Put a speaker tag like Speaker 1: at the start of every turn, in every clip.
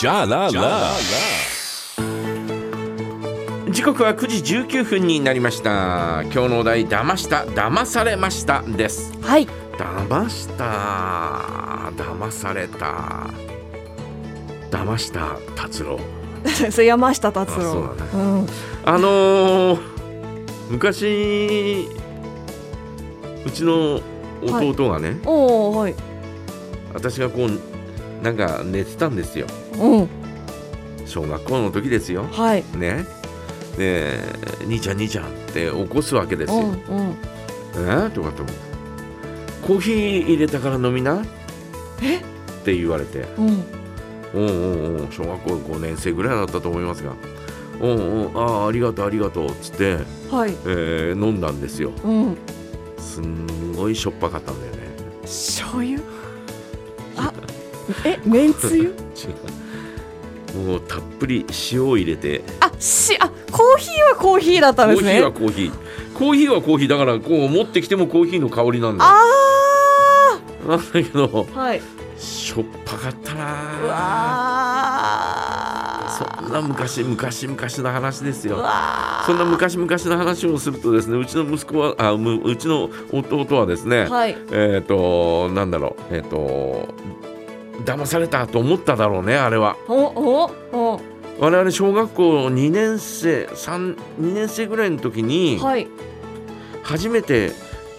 Speaker 1: Ja la la.
Speaker 2: 時刻は9時19分になりました今日のお題騙した騙されましたです
Speaker 3: はい。
Speaker 2: 騙した騙された騙した達郎
Speaker 3: それ山下達
Speaker 2: あ
Speaker 3: 郎。
Speaker 2: そうだね
Speaker 3: ん。
Speaker 2: あのー、昔うちの弟がね、
Speaker 3: おおはい。
Speaker 2: 私がこうなんか寝てたんですよ
Speaker 3: うん。
Speaker 2: 小学校の時ですよ
Speaker 3: はい。
Speaker 2: ねで「兄ちゃん兄ちゃん」って起こすわけです
Speaker 3: うん
Speaker 2: よ
Speaker 3: うん。
Speaker 2: えーとかって思うコーヒー入れたから飲みなって言われて
Speaker 3: うん。
Speaker 2: 「うんうんうん小学校5年生ぐらいだったと思いますが「うんうんああありがとうありがとう」っつって、
Speaker 3: はい。
Speaker 2: えー飲んだんですよ
Speaker 3: うん。
Speaker 2: すんごいしょっぱかったんだよね
Speaker 3: 醤油。あ。え、めんつゆ。
Speaker 2: 違うもうたっぷり塩を入れて
Speaker 3: あ、し、あ、コーヒーはコーヒーだったん
Speaker 2: コー
Speaker 3: で
Speaker 2: ヒ
Speaker 3: す
Speaker 2: ー
Speaker 3: ね
Speaker 2: は。コーヒーコーヒーはコーヒーだからこう持ってきてもコーヒーの香りなんだよ
Speaker 3: あ
Speaker 2: なんだけど
Speaker 3: あ。はい。
Speaker 2: しょっぱかった
Speaker 3: う
Speaker 2: な
Speaker 3: わー。
Speaker 2: そんな昔昔昔の話です
Speaker 3: う
Speaker 2: よ
Speaker 3: わー。
Speaker 2: そんな昔々の話をするとですねうちの息子はあむうちの弟はですね、
Speaker 3: はい。
Speaker 2: えっ、となんだろうえっ、と騙されたと思っただろうねあれは
Speaker 3: おおお。
Speaker 2: 我々小学校2年生三二年生ぐらいの時に
Speaker 3: はい。
Speaker 2: 初めて、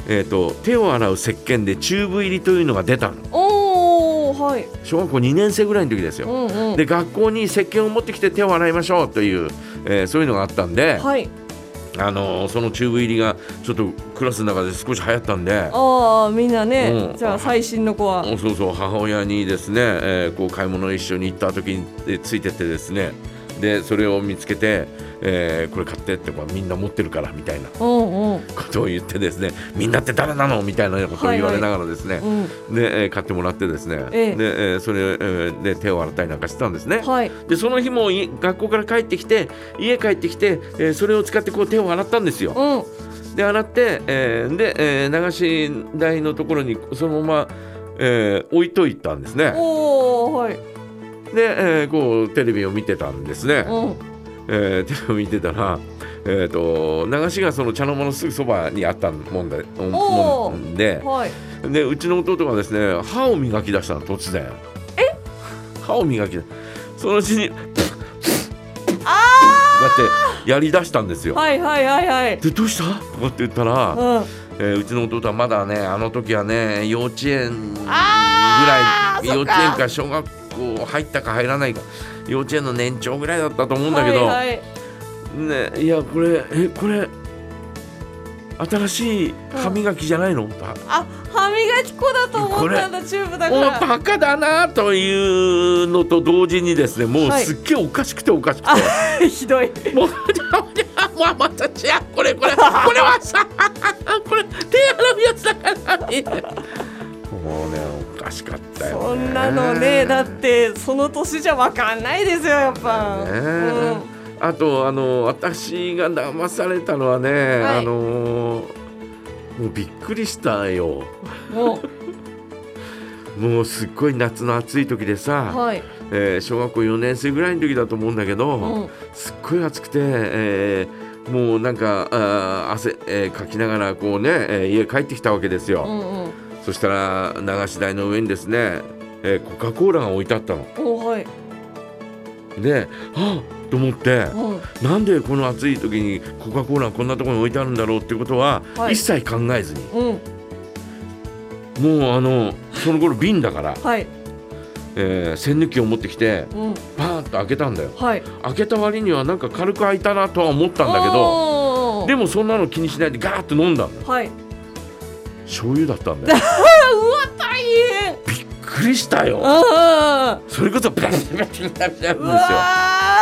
Speaker 2: えー、と手を洗う石鹸でチューブ入りというのが出たの
Speaker 3: おおはい。
Speaker 2: 小学校2年生ぐらいの時です
Speaker 3: う
Speaker 2: よ
Speaker 3: んうん。
Speaker 2: で学校に石鹸を持ってきて手を洗いましょうという、えーそういうのがあったんで、
Speaker 3: はい。
Speaker 2: あのーそのチューブ入りがちょっとクラスの中で少し流行ったんで
Speaker 3: ああみんなね、
Speaker 2: うん
Speaker 3: じゃあ最新の子は。
Speaker 2: おそうそう母親にですね、えーこう買い物一緒に行った時にえーついてってですねでそれを見つけて、えーこれ買ってってこうみんな持ってるからみたいな
Speaker 3: うんうん
Speaker 2: ことを言ってですねみんなって誰なのみたいなことを言われながらですね、
Speaker 3: うん。
Speaker 2: で、えー買ってもらってですね、
Speaker 3: ええ
Speaker 2: で、えーそれ、えーで手を洗ったりなんかしてたんですね、
Speaker 3: はい。
Speaker 2: でその日もい学校から帰ってきて家帰ってきて、えーそれを使ってこう手を洗ったんですよ
Speaker 3: うん。
Speaker 2: で洗って、えーで、えー流し台のところにそのまま、えー置いといたんですね
Speaker 3: おおはい。
Speaker 2: で、えーこうテレビを見てたんですね、
Speaker 3: うん。
Speaker 2: えーテレビを見てたら、えー、と流しがその茶の間のすぐそばにあったもんで
Speaker 3: おー
Speaker 2: もんで
Speaker 3: はい。
Speaker 2: でうちの弟がですね歯を磨き出したの突然歯を磨き出そのうちにだってやりだしたんですよ、
Speaker 3: はいはいはいはい。
Speaker 2: でどうしたとかって言ったら、
Speaker 3: うん。
Speaker 2: えーうちの弟はまだねあの時はね幼稚園ぐ
Speaker 3: あ
Speaker 2: ら
Speaker 3: ー
Speaker 2: い幼
Speaker 3: そっ
Speaker 2: 稚
Speaker 3: か
Speaker 2: 園か小学校入ったか入らないか幼稚園の年長ぐらいだったと思うんだけど、
Speaker 3: はいはい。
Speaker 2: ねいやこれえこれ新しい歯磨きじゃないの、と
Speaker 3: あ歯磨き粉だと思ったんだチューブだか
Speaker 2: もう
Speaker 3: ら。
Speaker 2: バカだなというのと同時にですねもう
Speaker 3: はい
Speaker 2: すっげえおかしくておかしくて、
Speaker 3: ひどい。
Speaker 2: もうもうまた違うこれこれこれはさこれ手洗うやつだからみたいなもうねおかしかったよね
Speaker 3: そんなのねだってその年じゃわかんないですよやっぱ。
Speaker 2: ね
Speaker 3: うん。
Speaker 2: あとあの私が騙されたのはね、
Speaker 3: はい
Speaker 2: あのもうびっくりしたよ
Speaker 3: も
Speaker 2: もうすっごい夏の暑い時で
Speaker 3: う
Speaker 2: さ、
Speaker 3: はい。
Speaker 2: えー小学校4年生ぐらいの時だと思うんだけど、
Speaker 3: うん。
Speaker 2: すっごい暑くて、えーもうなんかあー汗、えーかきながらこうね、えー家帰ってきたわけです
Speaker 3: う
Speaker 2: よ、
Speaker 3: んうん。
Speaker 2: そしたら流し台の上にですね、えーコカ・コーラが置いてあったの
Speaker 3: おはい。
Speaker 2: であっと思って
Speaker 3: うん。
Speaker 2: なんでこの暑い時にコカ・コーラこんなところに置いてあるんだろうってことは、
Speaker 3: はい
Speaker 2: 一切考えずに
Speaker 3: うん。
Speaker 2: もうあのその頃瓶だから、
Speaker 3: はい。
Speaker 2: えー、栓抜きを持ってきて
Speaker 3: うん。
Speaker 2: パーンと開けたんだよ
Speaker 3: はい。
Speaker 2: 開けた割にはなんか軽く開いたなとは思ったんだけど
Speaker 3: ど
Speaker 2: でもそんなの気にしないでガーッと飲んだんだよ
Speaker 3: はい。
Speaker 2: 醤油だったんだよ
Speaker 3: うわ大変。
Speaker 2: びっくりしたよ
Speaker 3: あ
Speaker 2: それこそバシバシバシバシなん
Speaker 3: あ。う
Speaker 2: で
Speaker 3: わ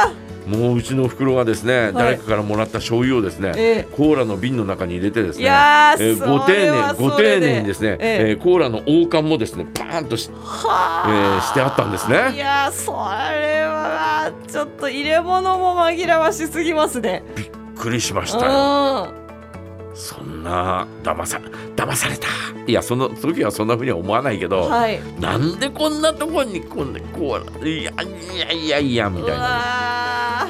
Speaker 2: すよもううちの袋がですね、
Speaker 3: い
Speaker 2: 誰かからもらった醤油をですね、
Speaker 3: ええ
Speaker 2: コーラの瓶の中に入れてです
Speaker 3: ー。い
Speaker 2: ね
Speaker 3: や
Speaker 2: え
Speaker 3: ー
Speaker 2: ー
Speaker 3: それ
Speaker 2: ご丁寧
Speaker 3: は
Speaker 2: ご
Speaker 3: それ
Speaker 2: 丁寧にですね、
Speaker 3: ええ
Speaker 2: えーコーラの王冠もですねパーンとし,、え
Speaker 3: はあ、
Speaker 2: ーしてあったんですね
Speaker 3: いやーそれはちょっと入れ物も紛らわしすぎますね。
Speaker 2: びっくりしましたよ
Speaker 3: う
Speaker 2: そんな騙さ騙されたいやその時はそんなふうには思わないけど、
Speaker 3: はい。
Speaker 2: なんでこんなとこにこんなこういやいやいやいやみ
Speaker 3: う
Speaker 2: たいなま
Speaker 3: わ
Speaker 2: あ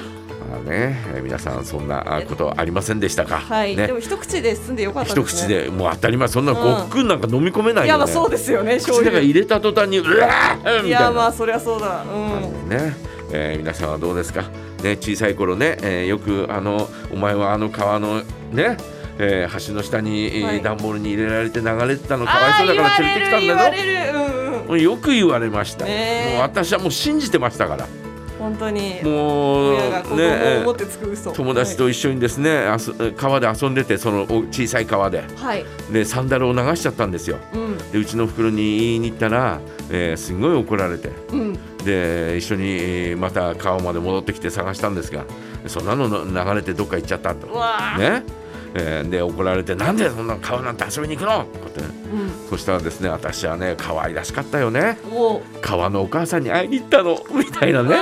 Speaker 2: ねえー皆さんそんなあことありませんでしたか、
Speaker 3: ー。はい。
Speaker 2: ね
Speaker 3: でも一口で済んでよかった
Speaker 2: 一
Speaker 3: です、
Speaker 2: 口
Speaker 3: ね。
Speaker 2: でもう当たり前そんな
Speaker 3: うん
Speaker 2: ごっくんなんか飲み込めない
Speaker 3: いや
Speaker 2: よ
Speaker 3: まあ
Speaker 2: ね、
Speaker 3: そうですよね。醤
Speaker 2: 口の中
Speaker 3: 油。
Speaker 2: 入れた途端にうわーみ
Speaker 3: い
Speaker 2: たい
Speaker 3: やま
Speaker 2: な
Speaker 3: あそりゃそうだ。うん。
Speaker 2: ね、えー皆さんはどうですかね小さい頃ね、えーよくあのお前はあの川のねえー橋の下に、えー
Speaker 3: はい
Speaker 2: 段ボールに入れられて流れてたのかわい
Speaker 3: あ
Speaker 2: そ
Speaker 3: あ
Speaker 2: うだ
Speaker 3: 言
Speaker 2: から
Speaker 3: わ
Speaker 2: 連れて
Speaker 3: れる
Speaker 2: きたんだ
Speaker 3: 言わ
Speaker 2: ぞ
Speaker 3: れる。うんうん。
Speaker 2: もうよく言われました、
Speaker 3: ね
Speaker 2: も
Speaker 3: え
Speaker 2: う私はもう信じてましたから
Speaker 3: 本当に。
Speaker 2: もう
Speaker 3: 親が
Speaker 2: ね
Speaker 3: 子供を
Speaker 2: え
Speaker 3: 思ってつく嘘。
Speaker 2: 友達と一緒にですね、あす川で遊んでてそのお小さい川で
Speaker 3: はい。はい。
Speaker 2: でサンダルを流しちゃったんですよ
Speaker 3: うん
Speaker 2: でうちの袋に言いに行ったら、えーすんごい怒られて
Speaker 3: うん。
Speaker 2: で一緒にえーまた川まで戻ってきて探したんですがそんなのの流れてどっか行っちゃったと
Speaker 3: うわあ。
Speaker 2: ね、えーで怒られてなんでそんな川なんて遊びに行くのとかって
Speaker 3: うん。
Speaker 2: そしたらですね私はね可愛らしかったよね
Speaker 3: おう。
Speaker 2: 川のお母さんに会いに行ったのみたいなね
Speaker 3: ね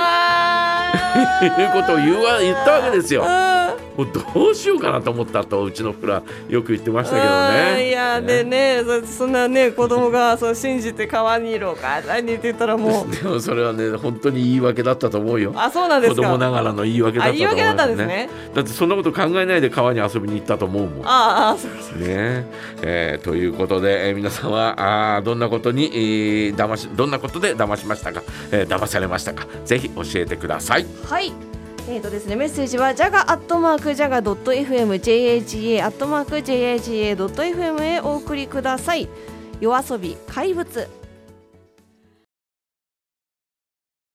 Speaker 2: いうことを言うわ言ったわけですよ
Speaker 3: うん
Speaker 2: もうどうしようかなと思ったとうちのふくらよく言ってましたけど
Speaker 3: うん
Speaker 2: ね
Speaker 3: いやでねそそんなね子供がそう信じて川にいるお母さんにって言ったらも う
Speaker 2: でもそれはね本当に言い訳だったと思うよ
Speaker 3: あそうなんです
Speaker 2: 子
Speaker 3: か
Speaker 2: 供ながらの言い訳だった
Speaker 3: あ
Speaker 2: と
Speaker 3: 言い
Speaker 2: 思う
Speaker 3: 訳だ
Speaker 2: よ
Speaker 3: ったん
Speaker 2: ね
Speaker 3: ですね
Speaker 2: だってそんなこと考えないで川に遊びに行ったと思うもん
Speaker 3: ああそうかそう
Speaker 2: ねえーということで、えー皆さんはあーどんなことに、えー騙しどんなことで騙しましたか、えー騙されましたかぜひ教えてください
Speaker 3: はい。えーとですね、メッセージは jaga アットマーク jaga ドット fm jaga アットマーク jaga ドット fm へお送りください。夜遊び怪物